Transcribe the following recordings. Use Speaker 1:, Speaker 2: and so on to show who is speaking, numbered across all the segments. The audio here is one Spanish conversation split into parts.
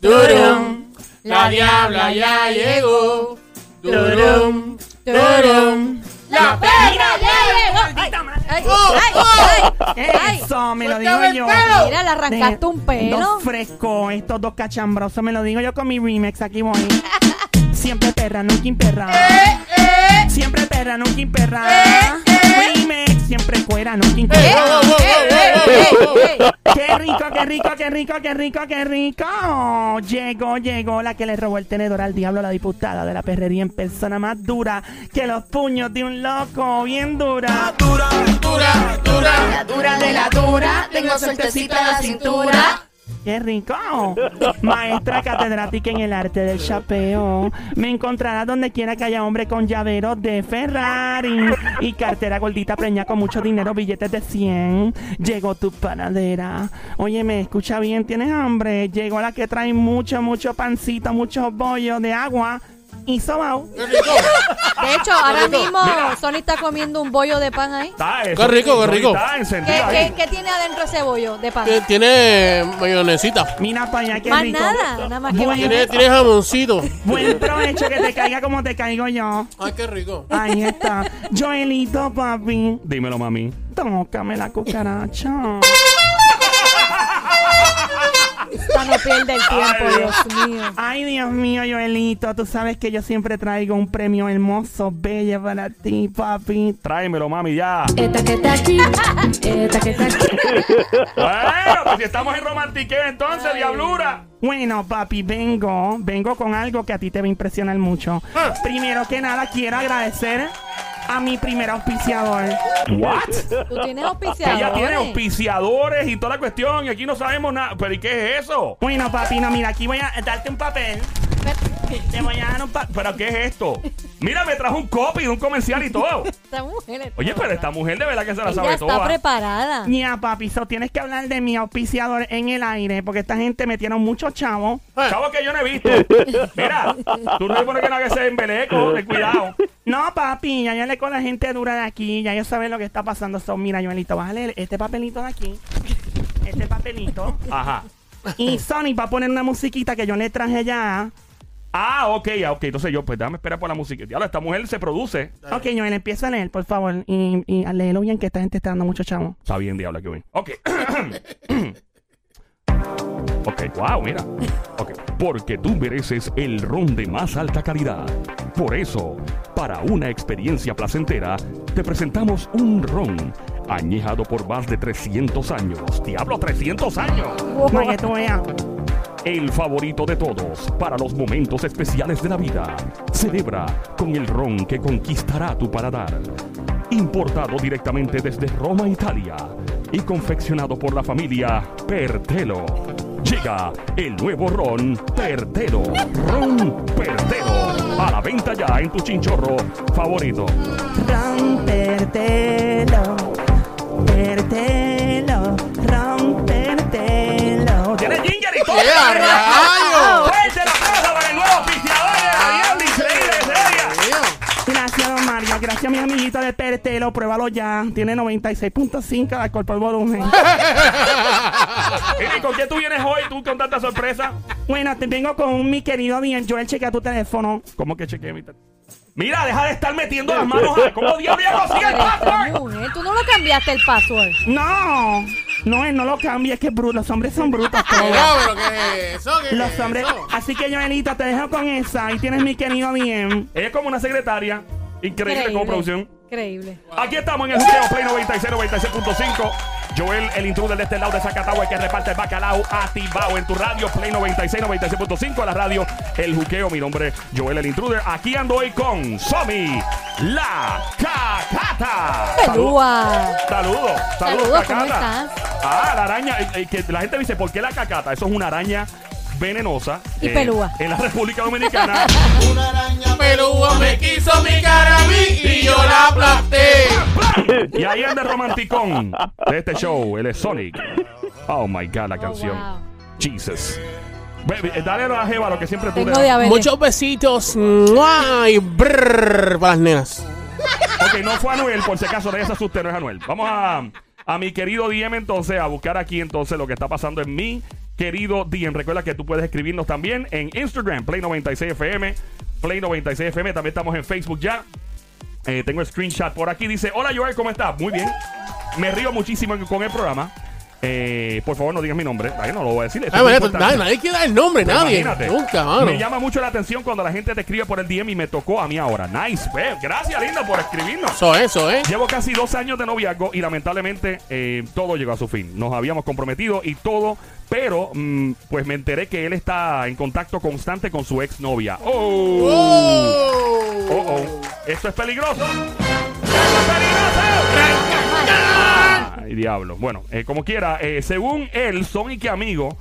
Speaker 1: turum, la diabla ya llegó. Turum, turum, la
Speaker 2: perra ya
Speaker 3: Maldita madre.
Speaker 2: Ay, oh, ay, ay, ay.
Speaker 3: Eso me lo digo
Speaker 1: suéltame el
Speaker 3: yo.
Speaker 1: pelo.
Speaker 2: Mira, le arrancaste un pelo.
Speaker 3: Dos frescos, estos dos cachambrosos. Me lo digo yo con mi remix. Aquí voy. Siempre perra, nunca imperra.
Speaker 2: Eh,
Speaker 3: Siempre perra, nunca imperra.
Speaker 2: eh.
Speaker 3: Remix, siempre fuera, nunca
Speaker 1: Eh,
Speaker 2: oh,
Speaker 3: imperra. ¡Qué rico, qué rico, qué rico, qué rico, qué rico! Llegó, llegó la que le robó el tenedor al diablo, la diputada de la perrería en persona más dura que los puños de un loco, bien dura.
Speaker 1: dura, dura, dura.
Speaker 3: dura de la dura, tengo
Speaker 2: sueltecita la cintura.
Speaker 3: ¡Qué rico! Maestra catedrática en el arte del chapeo. Me encontrará donde quiera que haya hombre con llavero de Ferrari y cartera gordita preña con mucho dinero, billetes de 100. Llegó tu panadera. Oye, me escucha bien, tienes hambre. Llegó la que trae mucho, mucho pancito, muchos bollos de agua y sobao.
Speaker 1: Qué rico.
Speaker 2: De hecho, ahora mismo Sony está comiendo un bollo de pan ahí.
Speaker 4: Está
Speaker 1: Qué rico, qué rico.
Speaker 4: Está
Speaker 2: ¿Qué,
Speaker 4: encendido
Speaker 2: qué-
Speaker 4: ahí.
Speaker 2: qué tiene adentro ese bollo de pan?
Speaker 1: Eh, Tiene mayonesita.
Speaker 3: Mira para allá, qué
Speaker 2: Más
Speaker 3: rico.
Speaker 2: nada, nada más que
Speaker 3: Bueno.
Speaker 2: bollo.
Speaker 1: Tiene, tiene jamoncito.
Speaker 3: Buen provecho, que te caiga como te caigo yo.
Speaker 1: Ay, qué rico.
Speaker 3: Ahí está. Joelito, papi.
Speaker 4: Dímelo, mami.
Speaker 3: Tócame la cucaracha.
Speaker 2: Para no pierde el tiempo, Dios mío.
Speaker 3: Ay, Dios mío, Joelito. Tú sabes que yo siempre traigo un premio hermoso, bello para ti, papi.
Speaker 4: Tráemelo, mami, ya.
Speaker 5: Eta que está aquí, eta que está aquí.
Speaker 4: bueno, pues si estamos en romantiqueo, entonces, diablura.
Speaker 3: Bueno, papi, vengo. Vengo con algo que a ti te va a impresionar mucho.
Speaker 4: Ah.
Speaker 3: Primero que nada, quiero agradecer a mi primer auspiciador.
Speaker 4: ¿What?
Speaker 2: Tú tienes eh? auspiciadores.
Speaker 4: Ella tiene auspiciadores y toda la cuestión. Y aquí no sabemos nada. ¿Pero y qué es eso?
Speaker 3: Bueno, papi, no, mira, aquí voy a darte un papel. Te voy a dar un papel.
Speaker 4: ¿Pero qué es esto? Mira, me trajo un copy de un comercial y todo.
Speaker 2: Esta mujer es
Speaker 4: Oye, pero esta mujer de verdad que se la
Speaker 2: Ella
Speaker 4: sabe
Speaker 2: está
Speaker 4: toda.
Speaker 2: preparada.
Speaker 3: Ya, papi, so tienes que hablar de mi auspiciador en el aire, porque esta gente metieron muchos chavos.
Speaker 4: Chavo que yo no he visto. Mira, tú no le pones que no hagas ese embeleco, ten cuidado.
Speaker 3: No, papi, ya yo le con la gente dura de aquí, ya yo sabes lo que está pasando. So, mira, Joelito, vas a leer este papelito de aquí, este papelito.
Speaker 4: Ajá.
Speaker 3: Y Sony va a poner una musiquita que yo le traje ya.
Speaker 4: Ah, ok, ah, ok. Entonces yo, pues déjame esperar por la música. Diablo, esta mujer se produce.
Speaker 3: Ok, Joel, empieza a leer, por favor. Y, y a léelo bien, que esta gente está dando mucho chavo.
Speaker 4: Está bien, diablo, que bien. Ok. ok, wow, mira. Ok. Porque tú mereces el ron de más alta calidad. Por eso, para una experiencia placentera, te presentamos un ron añejado por más de 300 años. Diablo, 300 años.
Speaker 3: Para que tú veas.
Speaker 4: El favorito de todos para los momentos especiales de la vida. Celebra con el ron que conquistará tu paladar. Importado directamente desde Roma, Italia. Y confeccionado por la familia Pertelo. Llega el nuevo ron Pertelo. Ron Pertelo. A la venta ya en tu chinchorro favorito.
Speaker 3: Rompértelo, pértelo, rompértelo.
Speaker 4: ¡Tiene ginger y todo!
Speaker 1: ¡Qué a rayos!
Speaker 4: ¡Fuerte el aplauso para el nuevo auspiciador de la Diabla Increíble Seria!
Speaker 3: Gracias, don Mario. Gracias, mis amiguitos de Pertelo. Pruébalo ya. Tiene 96.5 de alcohol por volumen.
Speaker 4: Mira, ¿y ¿con qué tú vienes hoy tú con tanta sorpresa?
Speaker 3: bueno, te vengo con mi querido Daniel Joel. Chequea tu teléfono.
Speaker 4: ¿Cómo que chequeé mi tel- Mira, deja de estar metiendo las manos a... ¿Cómo diablo ya consigue el
Speaker 2: Esta
Speaker 4: password?
Speaker 2: mujer, tú no lo cambiaste el password.
Speaker 3: ¡No! No, él no lo cambies, que bru- los hombres son brutos. todos.
Speaker 1: Mira, pero qué es eso, qué es
Speaker 3: los hombres...
Speaker 1: eso.
Speaker 3: Así que, Joelita, te dejo con esa. Ahí tienes mi querido Daniel.
Speaker 4: Ella es como una secretaria. Increíble, como producción.
Speaker 2: Increíble.
Speaker 4: Aquí estamos en el Juqueo Play 96, 96.5. Joel, el intruder de este lado de Zacatagua, el que reparte el bacalao atibao en tu radio Play 96, 96.5, la radio El Juqueo. Mi nombre es Joel, el intruder. Aquí ando hoy con Somi, la cacata.
Speaker 2: Pelúa.
Speaker 4: Saludos, saludos,
Speaker 2: Saludos, ¿cómo
Speaker 4: cacata.
Speaker 2: estás?
Speaker 4: Ah, la araña. eh, eh, que la gente dice, ¿por qué la cacata? Eso es una araña venenosa. eh,
Speaker 2: Y pelúa.
Speaker 4: En la República Dominicana.
Speaker 1: Una araña pelúa me quiso mi cara a mí y yo la aplasté.
Speaker 4: y ahí anda el romanticón de este show, el Sonic. Oh my God, la canción.
Speaker 2: Oh, wow.
Speaker 4: Jesus. Baby, eh, dale a la jeva lo que siempre tú
Speaker 2: Tengo
Speaker 4: le das.
Speaker 2: diabetes.
Speaker 1: Muchos besitos. ¡mua! Y brrr, para las nenas.
Speaker 4: Ok, no fue Anuel, por si acaso, nadie se asuste, no es Anuel. Vamos a, a mi querido DM entonces, a buscar aquí entonces lo que está pasando en mi querido DM. Recuerda que tú puedes escribirnos también en Instagram, Play96FM, Play96FM, también estamos en Facebook ya. Eh, tengo el screenshot por aquí. Dice, hola Joel, ¿cómo estás? Muy bien. Me río muchísimo con el programa. Eh, por favor, no digas mi nombre. Ay, no lo voy a decir. Esto
Speaker 1: Ay,
Speaker 4: es muy
Speaker 1: mira,
Speaker 4: importante.
Speaker 1: nadie, Ah, nadie quiere dar el nombre, nadie.
Speaker 4: Imagínate.
Speaker 1: Nunca, mano.
Speaker 4: Me llama mucho la atención cuando la gente te escribe por el DM y me tocó a mí ahora. Nice, babe. Gracias, linda, por escribirnos.
Speaker 1: Eso, eso, ¿eh?
Speaker 4: Llevo casi dos años de noviazgo y lamentablemente eh, todo llegó a su fin. Nos habíamos comprometido y todo, pero mm, pues me enteré que él está en contacto constante con su exnovia. ¡Oh! ¡Oh, oh! ¡Esto es peligroso! Ay, diablo. Bueno, eh, como quiera, eh, según él, son y que amigos,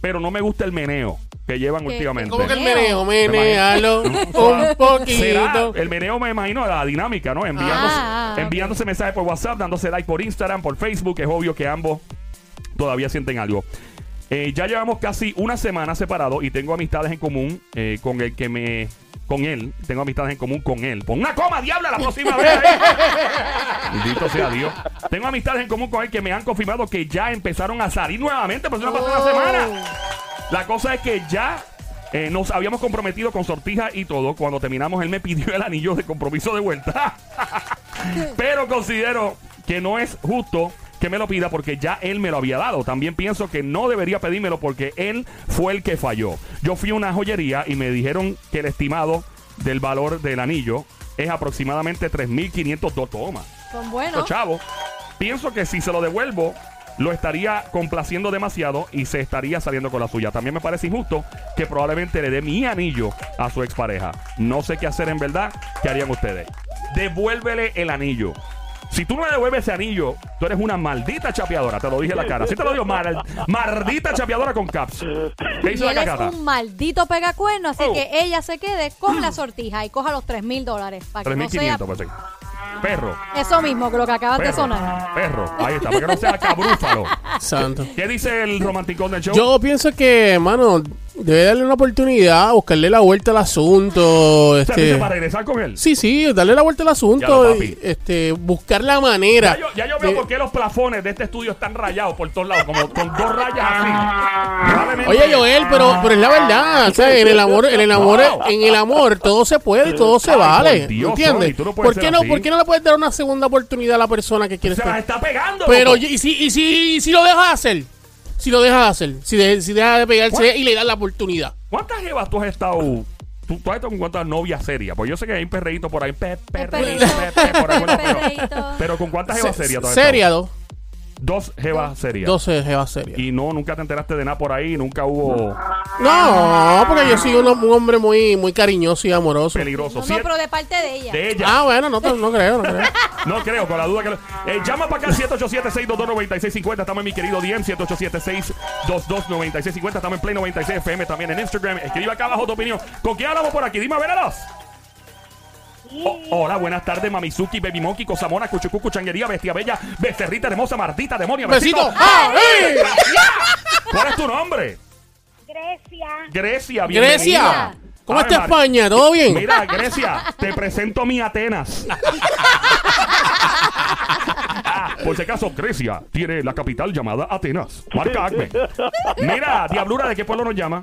Speaker 4: pero no me gusta el meneo que llevan últimamente.
Speaker 1: Como que el meneo, menealo un
Speaker 4: Suave.
Speaker 1: poquito.
Speaker 4: Será el meneo, me imagino, la dinámica, ¿no? Enviándose,
Speaker 2: Ah, ok.
Speaker 4: enviándose mensajes por WhatsApp, dándose like por Instagram, por Facebook. Es obvio que ambos todavía sienten algo. Eh, ya llevamos casi una semana separados y tengo amistades en común eh, con el que me. Con él, tengo amistades en común con él. Pon una coma, diabla, la próxima vez. Bendito sea Dios. Tengo amistades en común con él que me han confirmado que ya empezaron a salir nuevamente. Pues no pasó una semana. La cosa es que ya eh, nos habíamos comprometido con sortija y todo. Cuando terminamos, él me pidió el anillo de compromiso de vuelta. Pero considero que no es justo que me lo pida porque ya él me lo había dado. También pienso que no debería pedírmelo porque él fue el que falló. Yo fui a una joyería y me dijeron que el estimado del valor del anillo es aproximadamente 3.500 tomas
Speaker 2: Son
Speaker 4: estos
Speaker 2: buenos.
Speaker 4: chavos. Pienso que si se lo devuelvo, lo estaría complaciendo demasiado y se estaría saliendo con la suya. También me parece injusto que probablemente le dé mi anillo a su expareja. No sé qué hacer en verdad. ¿Qué harían ustedes? Devuélvele el anillo. Si tú no le devuelves ese anillo, tú eres una maldita chapeadora. Te lo dije en la cara. Sí te lo digo, mal- maldita chapeadora con caps. ¿Qué
Speaker 2: Y
Speaker 4: hizo la
Speaker 2: él es
Speaker 4: cacata?
Speaker 2: un maldito pegacuerno, así
Speaker 4: Oh.
Speaker 2: que ella se quede con la sortija y coja los 3 mil dólares. Para que no sea
Speaker 4: 3.500, pues sí. Perro,
Speaker 2: eso mismo que lo que acabas de
Speaker 4: perro,
Speaker 2: sonar.
Speaker 4: perro. Ahí está, para que no sea cabrúfalo.
Speaker 1: Santo.
Speaker 4: ¿Qué dice el romanticón del show?
Speaker 1: Yo pienso que, hermano, debe darle una oportunidad, buscarle la vuelta al asunto.
Speaker 4: O sea, dice
Speaker 1: Este.
Speaker 4: para regresar con él.
Speaker 1: Sí, sí, darle la vuelta al
Speaker 4: Ya
Speaker 1: asunto.
Speaker 4: lo, papi.
Speaker 1: este, buscar la manera.
Speaker 4: Ya yo, ya yo veo
Speaker 1: de-
Speaker 4: por qué los plafones de este estudio están rayados por todos lados, como con dos rayas así. Probablemente-
Speaker 1: Oye, Joel, pero, pero es la verdad, ¿sabes? En el amor, en el amor,
Speaker 4: No.
Speaker 1: en el amor todo se puede y todo se
Speaker 4: Ay,
Speaker 1: vale.
Speaker 4: Eh, por Dios, Sony,
Speaker 1: ¿Entiendes?
Speaker 4: tú no puedes
Speaker 1: ¿Por qué
Speaker 4: ser
Speaker 1: no,
Speaker 4: así.
Speaker 1: ¿Por qué no le puedes dar una segunda oportunidad a la persona que quieres
Speaker 4: Se las
Speaker 1: estar?
Speaker 4: está pegando.
Speaker 1: este- Pero,
Speaker 4: loco.
Speaker 1: oye, ¿y si, y si, y si lo dejas hacer? Si lo dejas hacer, si, de- si dejas de pegarse
Speaker 4: What?
Speaker 1: y le das la oportunidad.
Speaker 4: ¿Cuántas jevas tú has estado? Tú, tú has estado con cuántas novias serias. Pues yo sé que hay un perreíto por ahí. Pe, perre-
Speaker 2: perreíto.
Speaker 4: pe- pe- por ahí, bueno, pero-
Speaker 2: Perreíto.
Speaker 4: Pero con cuántas jevas
Speaker 1: Se-
Speaker 4: serias tú has
Speaker 1: seria,
Speaker 4: estado?
Speaker 1: dos.
Speaker 4: Dos jevas serias.
Speaker 1: Dos jevas serias.
Speaker 4: Y no, nunca te enteraste de nada por ahí. Nunca hubo
Speaker 1: No, porque yo soy un, un hombre muy, muy cariñoso y amoroso.
Speaker 4: peligroso.
Speaker 2: No, no,
Speaker 4: Siete
Speaker 2: pero de parte de ella.
Speaker 4: de ellas.
Speaker 1: Ah, bueno, no, te- no creo, no creo.
Speaker 4: No creo, con la duda que... lo- Eh, llama para acá 787-622-9650. Estamos en mi querido DM 787-622-9650. Estamos en Play 96 FM también en Instagram. Escribe acá abajo tu opinión. ¿Con quién hablamos por aquí? Dime, a ver, a los. O- hola, buenas tardes, Mamizuki, Baby Monkey, Cosamona, Cuchucucu, Changuería, Bestia Bella, Becerrita Hermosa, Martita, Demonia,
Speaker 1: Besito. ¡Ah, eh!
Speaker 4: ¿Cuál es tu nombre?
Speaker 6: Grecia.
Speaker 4: Grecia, bienvenida.
Speaker 1: Grecia, ¿cómo
Speaker 4: Ave
Speaker 1: está
Speaker 4: María.
Speaker 1: España? ¿Todo bien?
Speaker 4: Mira, Grecia, te presento mi Atenas. Ah, Por si acaso, Grecia tiene la capital llamada Atenas. Marca Acme. Mira, Diablura, ¿de qué pueblo nos llama?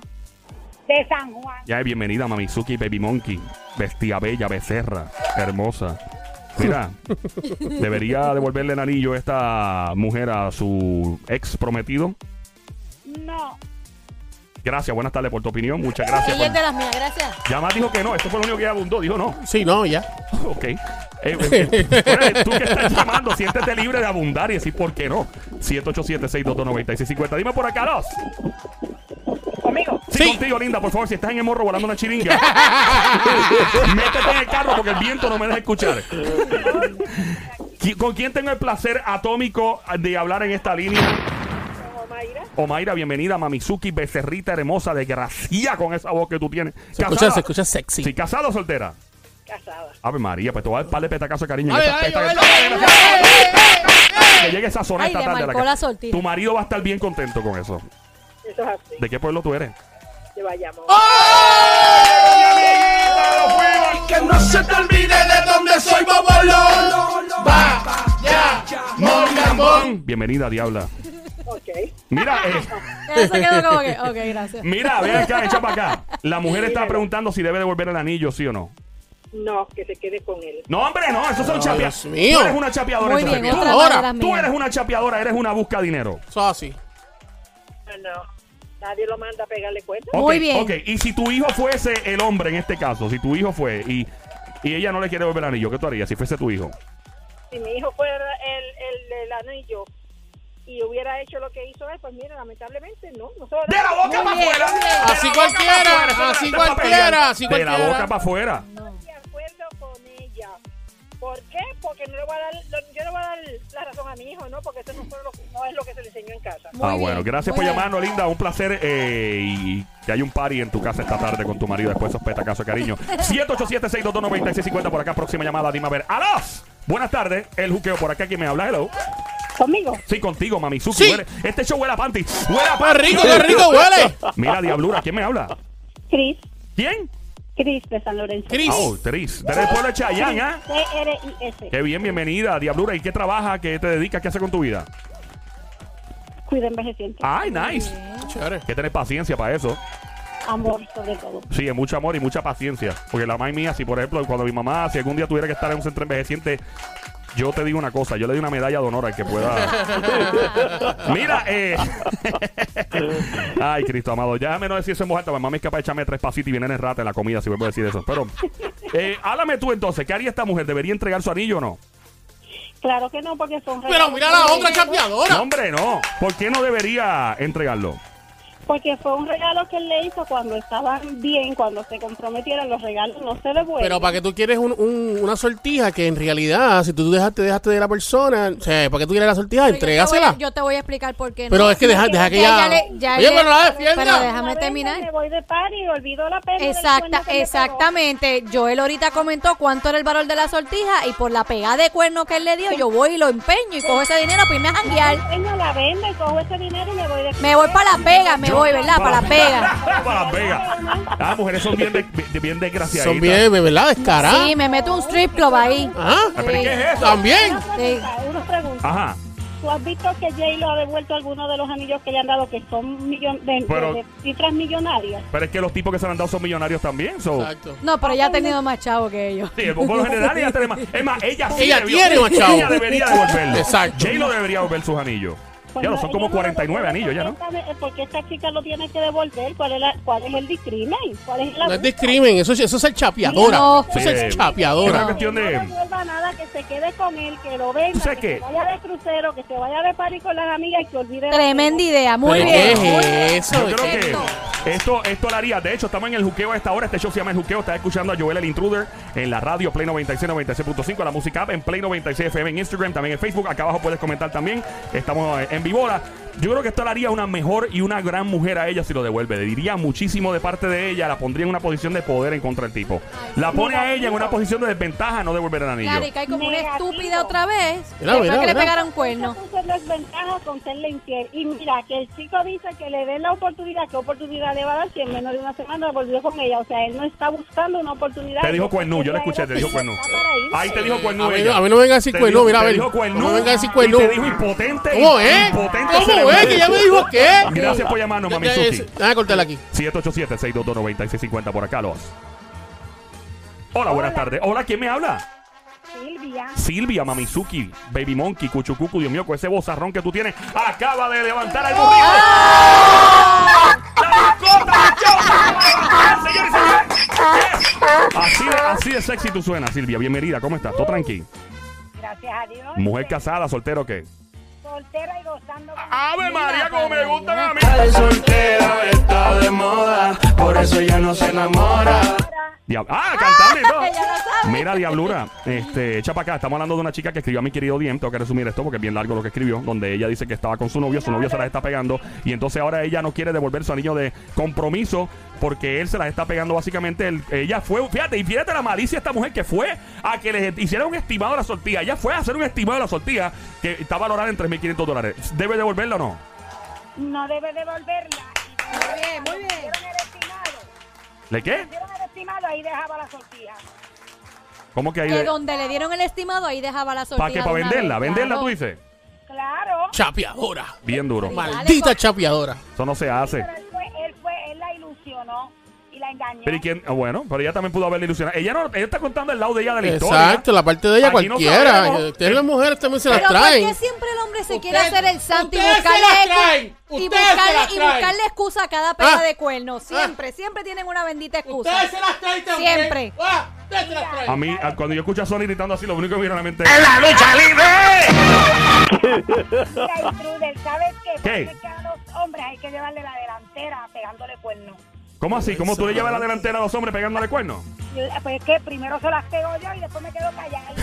Speaker 6: De San Juan.
Speaker 4: Ya es bienvenida, Mamizuki, Baby Monkey. Bestia bella, becerra, hermosa. Mira, debería devolverle el anillo esta mujer a su ex prometido.
Speaker 6: No.
Speaker 4: Gracias, buenas tardes por tu opinión. Muchas gracias.
Speaker 2: Ella es
Speaker 4: Por...
Speaker 2: de las mías, gracias.
Speaker 4: Ya más dijo que no, esto fue lo único que abundó. Dijo no.
Speaker 1: Sí, no, ya.
Speaker 4: Ok. Eh, eh, bueno, tú que estás llamando, siéntete libre de abundar y decir por qué no. 787-622-9650. Dime por acá, dos.
Speaker 6: Conmigo.
Speaker 4: Sí,
Speaker 1: Sí.
Speaker 4: contigo, linda, por favor, si estás en el morro volando una chiringa, métete en el carro porque el viento no me deja escuchar. ¿Qui- ¿Con quién tengo el placer atómico de hablar en esta línea?
Speaker 6: Como Mayra.
Speaker 4: Omaira, bienvenida, Mamizuki, becerrita hermosa, de gracia con esa voz que tú tienes.
Speaker 1: Se escucha, se escucha sexy.
Speaker 4: Sí, casada o soltera.
Speaker 6: Casada.
Speaker 4: Ave María, pues te voy a dar un par de petacazos, cariño. en
Speaker 1: Ay,
Speaker 4: esa
Speaker 1: ay,
Speaker 4: peta-
Speaker 1: ay,
Speaker 4: ¡Dale,
Speaker 1: ay,
Speaker 4: gracias! Que llegue esa zona
Speaker 2: Ay,
Speaker 4: esta
Speaker 2: le
Speaker 4: tarde. a
Speaker 2: marcó
Speaker 4: ca-
Speaker 2: la sortija.
Speaker 4: tu marido va a estar bien contento con eso.
Speaker 6: Eso es así.
Speaker 4: ¿De qué pueblo tú eres?
Speaker 6: Te vayamos.
Speaker 7: Que no se te olvide de dónde soy Bobolón. Va, ya, Mongambón.
Speaker 4: Bienvenida, Diabla.
Speaker 6: Ok.
Speaker 4: Mira, eh,
Speaker 2: Ella se quedó como que, ok, gracias.
Speaker 4: mira, ven acá, echa para acá. La mujer está preguntando si debe devolver el anillo, sí o no.
Speaker 6: No, que se quede con él.
Speaker 4: No, hombre, no, esos son
Speaker 1: No,
Speaker 4: chapeadores.
Speaker 1: Dios mío.
Speaker 4: Tú eres una chapeadora.
Speaker 2: Muy
Speaker 4: entonces,
Speaker 2: bien,
Speaker 4: tú,
Speaker 2: otra
Speaker 1: ahora,
Speaker 2: más de las
Speaker 4: tú eres
Speaker 2: mías.
Speaker 4: una chapeadora, eres una busca dinero.
Speaker 1: Eso es así.
Speaker 6: No, no. Nadie lo manda a pegarle cuenta.
Speaker 4: Ok,
Speaker 2: Muy bien.
Speaker 4: Ok, y si tu hijo fuese el hombre en este caso, si tu hijo fue y, y ella no le quiere devolver el anillo, ¿qué tú harías si fuese tu hijo?
Speaker 6: Si mi hijo fuera el, el, el anillo y hubiera hecho lo que hizo él, pues mira, lamentablemente no. no se lo
Speaker 4: ¡De
Speaker 6: da.
Speaker 4: la boca para
Speaker 2: bien,
Speaker 4: afuera!
Speaker 2: muy
Speaker 4: ¡De la
Speaker 1: Así
Speaker 4: boca pa'
Speaker 1: cualquiera,
Speaker 4: afuera! Eso
Speaker 1: así
Speaker 4: no está pa'
Speaker 1: Ah, cualquiera,
Speaker 4: pelear.
Speaker 1: así
Speaker 4: ¡De la
Speaker 1: cualquiera.
Speaker 4: boca para afuera!
Speaker 6: de acuerdo con ella. ¿Por qué? Porque no le voy a dar, lo- yo no voy a dar la razón a mi hijo, ¿no? Porque eso no, fue lo, no es lo que se le enseñó en casa.
Speaker 2: Muy
Speaker 4: ah,
Speaker 2: bien,
Speaker 4: bueno,
Speaker 2: muy
Speaker 4: gracias por
Speaker 2: bien.
Speaker 4: llamarnos, linda. Un placer. eh, y que hay un party en tu casa esta tarde con tu marido. Después esos petacazos, cariño. 787-622-9650 por acá. Próxima llamada, dime a ver. ¡Alas! Buenas tardes. El juqueo por acá. ¿Quién me habla? Hello.
Speaker 6: ¿Conmigo?
Speaker 4: Sí, contigo, mami. Suki.
Speaker 1: Sí.
Speaker 4: Huele- Este show huele a panty. Huele a
Speaker 1: ¡Qué
Speaker 4: panty.
Speaker 1: rico, qué rico huele!
Speaker 4: Mira, diablura. ¿Quién me habla?
Speaker 6: Cris,
Speaker 4: ¿Quién?
Speaker 6: Cris de San Lorenzo.
Speaker 1: Cris.
Speaker 4: Oh, Tris. Del pueblo de Chayanne, ¿ah?
Speaker 6: C-R-I-S.
Speaker 4: Qué bien, bienvenida, diablura. ¿Y qué trabaja? ¿Qué te dedicas? ¿Qué hace con tu vida?
Speaker 6: Cuida envejeciente.
Speaker 4: Ay, nice.
Speaker 1: Chévere.
Speaker 4: Que tener paciencia para eso.
Speaker 6: Amor, sobre todo.
Speaker 4: Sí, es mucho amor y mucha paciencia. Porque la madre mía, si por ejemplo, cuando mi mamá, si algún día tuviera que estar en un centro envejeciente, yo te digo una cosa, yo le doy una medalla de honor al que pueda. Mira, eh. Ay, Cristo amado, déjame no decir eso en voz alta, mi mamá es capaz de echarme tres pasitos y vienen en rata en la comida, si me puedo decir eso. Pero, eh, háblame tú entonces, ¿qué haría esta mujer? ¿Debería entregar su anillo o no?
Speaker 6: Claro que no, porque son
Speaker 1: Pero mira la otra chapeadora.
Speaker 4: No, hombre, no. ¿Por qué no debería entregarlo?
Speaker 6: Porque fue un regalo que él le hizo cuando estaban bien, cuando se comprometieron, los regalos no se devuelven.
Speaker 1: Pero para que tú quieres un- un- una sortija que en realidad, si tú dejaste, dejaste de la persona, o sea, para que tú quieres la sortija,
Speaker 2: Pero yo te voy a-
Speaker 1: entrégasela.
Speaker 2: Yo te voy a explicar por qué.
Speaker 1: Pero
Speaker 2: no.
Speaker 1: es que deja, deja que ella.
Speaker 2: le- ya
Speaker 1: Oye,
Speaker 2: le-
Speaker 1: pero no la
Speaker 2: pero
Speaker 1: defienda.
Speaker 2: déjame
Speaker 6: Una vez
Speaker 2: terminar.
Speaker 6: Me voy de par y olvido la pena. del
Speaker 2: Exacta,
Speaker 6: cuerno que me
Speaker 2: exactamente. Joel ahorita comentó cuánto era el valor de la sortija y por la pegada de cuerno que él le dio, yo voy y lo empeño y cojo ese dinero para irme a janguear.
Speaker 6: pegó. Ella la vende, cojo ese dinero y me voy de
Speaker 2: Me voy para la pega, me voy, ¿verdad? Para la pega.
Speaker 4: para la pega. Las mujeres son bien, de- bien desgraciaditas.
Speaker 1: Son bien, ¿verdad? Descaradas.
Speaker 2: Sí, me meto un strip club ahí.
Speaker 1: Ajá.
Speaker 4: Pero, ¿Qué es eso?
Speaker 1: También.
Speaker 2: Sí.
Speaker 6: Unos preguntas.
Speaker 4: Ajá.
Speaker 6: ¿Tú has visto que Jay lo ha devuelto alguno de los anillos que le han dado que son millon de, de-
Speaker 4: Pero-
Speaker 6: de cifras millonarias?
Speaker 4: Pero es que los tipos que se le han dado son millonarios también. So.
Speaker 1: Exacto.
Speaker 2: No, pero ya ha tenido más chavo que ellos.
Speaker 4: Sí, por lo general ella tiene más. Es más, ella sí
Speaker 1: Ella
Speaker 4: debió-
Speaker 1: tiene más chavo.
Speaker 4: Ella debería devolverlo.
Speaker 1: Exacto.
Speaker 4: Jay lo debería devolver sus anillos.
Speaker 6: Pues
Speaker 4: ya lo
Speaker 6: no,
Speaker 4: son
Speaker 6: ella
Speaker 4: como
Speaker 6: no lo
Speaker 4: 49
Speaker 6: devuelve,
Speaker 4: anillos, ya, ¿no?
Speaker 6: cuéntame, eh, ¿Por qué esta chica lo tiene que devolver? ¿Cuál es, la- cuál es el discrimen? ¿Cuál es la
Speaker 1: No es discrimen, eso, es- eso es el chapeadora.
Speaker 2: No.
Speaker 1: Eso es
Speaker 4: Sí.
Speaker 1: el
Speaker 4: Es una
Speaker 1: chapeadora.
Speaker 4: cuestión
Speaker 6: Que
Speaker 4: de.
Speaker 6: no devuelva nada, que se quede con él, que lo venda,
Speaker 4: ¿Tú sabes
Speaker 6: que
Speaker 4: qué?
Speaker 6: se vaya de crucero, que se vaya de party con las amigas y que olvide... la
Speaker 2: Tremenda
Speaker 6: pena.
Speaker 2: idea, muy
Speaker 1: Pero
Speaker 2: bien.
Speaker 1: ¿Qué
Speaker 2: muy bien.
Speaker 1: es eso?
Speaker 4: Yo creo
Speaker 2: Perfecto.
Speaker 4: que esto, esto lo haría. De hecho, estamos en el juqueo a esta hora. Este show se llama El Juqueo. Estás escuchando a Joel el Intruder en la radio Play 96, 96.5, la música app en Play 96 FM, en Instagram, también en Facebook. Acá abajo puedes comentar también. Estamos eh, en Vibora. Yo creo que esto la haría una mejor y una gran mujer a ella si lo devuelve. Le diría muchísimo de parte de ella. La pondría en una posición de poder en contra del tipo. La pone a ella en una posición de desventaja no devolver el anillo.
Speaker 2: Claro, y cae como una
Speaker 6: Negativo.
Speaker 2: estúpida otra vez.
Speaker 1: Mira,
Speaker 2: después
Speaker 1: mira,
Speaker 2: que le
Speaker 1: mira.
Speaker 2: pegaron cuerno.
Speaker 6: Esa es la desventaja con serle infiel. Y mira, que el chico dice que le den la oportunidad. ¿Qué oportunidad le va a dar si en menos de una semana volvió con ella? O sea, él no está buscando una oportunidad.
Speaker 4: Te dijo cuernú, yo la escuché, te dijo cuernú. Ahí te dijo cuernú.
Speaker 1: A mí,
Speaker 4: ella.
Speaker 1: a mí no me venga a decir
Speaker 4: Te
Speaker 1: cuernú,
Speaker 4: dijo-
Speaker 1: mira, a
Speaker 4: te
Speaker 1: ver.
Speaker 4: dijo cuernú.
Speaker 1: No me venga a decir
Speaker 4: y
Speaker 1: cuernú.
Speaker 4: Te dijo impotente.
Speaker 1: ¿Cómo es?
Speaker 4: Impotente
Speaker 1: ¿Cómo
Speaker 4: cerebral.
Speaker 1: es? Que ya me dijo qué.
Speaker 4: Gracias por llamarnos,
Speaker 1: Ya- ya
Speaker 4: Mamizuki.
Speaker 1: es- Déjame cortarla aquí.
Speaker 4: 787-622-9650 por acá, los. Hola, buenas tardes. Hola, ¿quién me habla?
Speaker 6: Silvia,
Speaker 4: Silvia, Mamizuki, Baby Monkey, Cuchucucu, Dios mío, con ese bozarrón que tú tienes, acaba de levantar al burrito.
Speaker 1: ¡Ah!
Speaker 4: ¡La mascota del show! Señores, señores, yes. Así de, así de sexy tú suenas, Silvia. Bienvenida, ¿cómo estás? ¿Todo tranqui?
Speaker 6: gracias a Dios. este,
Speaker 4: ¿Mujer casada, soltero o qué?
Speaker 6: Soltera y gozando. con-
Speaker 4: ¡Ave María, como me gustan a mí!
Speaker 7: soltera está de moda, por eso ya no se enamora.
Speaker 6: Ahora,
Speaker 4: Diab- ¡Ah, cantando y todo!
Speaker 2: Ella lo sabe.
Speaker 4: Mira, Diablura, este, echa para acá. Estamos hablando de una chica que escribió a mi querido DM. Tengo que resumir esto porque es bien largo lo que escribió. Donde ella dice que estaba con su novio, su novio se las está pegando. Y entonces ahora ella no quiere devolver su anillo de compromiso porque él se las está pegando. Básicamente, Él- ella fue, fíjate, y fíjate la malicia de esta mujer que fue a que les hiciera un estimado de la sortija. Ella fue a hacer un estimado de la sortija que está valorada en 3.500 dólares. ¿Debe devolverla o no?
Speaker 6: No debe devolverla.
Speaker 2: Muy bien, muy bien.
Speaker 6: Hicieron el estimado.
Speaker 4: ¿Le qué?
Speaker 6: Hicieron el estimado, ahí dejaba la sortija.
Speaker 4: ¿Cómo que ahí?
Speaker 2: Que donde le dieron el estimado, ahí dejaba la sortija.
Speaker 4: ¿Para qué?
Speaker 2: de
Speaker 4: ¿Para
Speaker 2: una
Speaker 4: venderla?
Speaker 2: vez,
Speaker 4: ¿Venderla
Speaker 2: claro.
Speaker 4: tú dices?
Speaker 6: Claro.
Speaker 1: Chapeadora.
Speaker 4: Bien duro.
Speaker 1: Maldita
Speaker 2: con-
Speaker 1: chapeadora.
Speaker 4: Eso no se hace.
Speaker 6: Pero él fue, él fue, él la ilusionó y la engañó.
Speaker 4: Pero ¿y quién? Ah, Bueno, pero ella también pudo haberle ilusionado. Ella no, ella está contando el lado de ella de la historia.
Speaker 1: Exacto, la parte de ella
Speaker 4: Aquí no
Speaker 1: cualquiera.
Speaker 4: sabemos.
Speaker 1: Ustedes las mujeres también se las
Speaker 2: Pero ¿por qué
Speaker 1: traen.
Speaker 2: siempre el hombre se quiere
Speaker 1: Ustedes-
Speaker 2: hacer el santo y
Speaker 1: ustedes se
Speaker 2: buscarle,
Speaker 1: las
Speaker 2: ex-
Speaker 1: traen.
Speaker 2: y,
Speaker 1: Ustedes se
Speaker 2: buscarle,
Speaker 1: las
Speaker 2: y
Speaker 1: traen.
Speaker 2: buscarle excusa a cada pega
Speaker 1: Ah.
Speaker 2: de cuerno? Siempre, siempre tienen una bendita excusa.
Speaker 1: las traen
Speaker 2: también. Siempre.
Speaker 1: ustedes se las traen.
Speaker 4: A mí, a- cuando yo escucho a Sony gritando así, lo único que me viene a la mente
Speaker 7: la lucha libre!
Speaker 6: Mira, y Trudel, ¿sabes qué? Por
Speaker 4: ¿Qué?
Speaker 6: eso es que a los hombres hay que llevarle la delantera pegándole cuernos.
Speaker 4: ¿Cómo así? ¿Cómo tú le llevas la delantera a los hombres pegándole cuernos?
Speaker 6: Yo- Pues es que primero se las pego yo y después me quedo callada.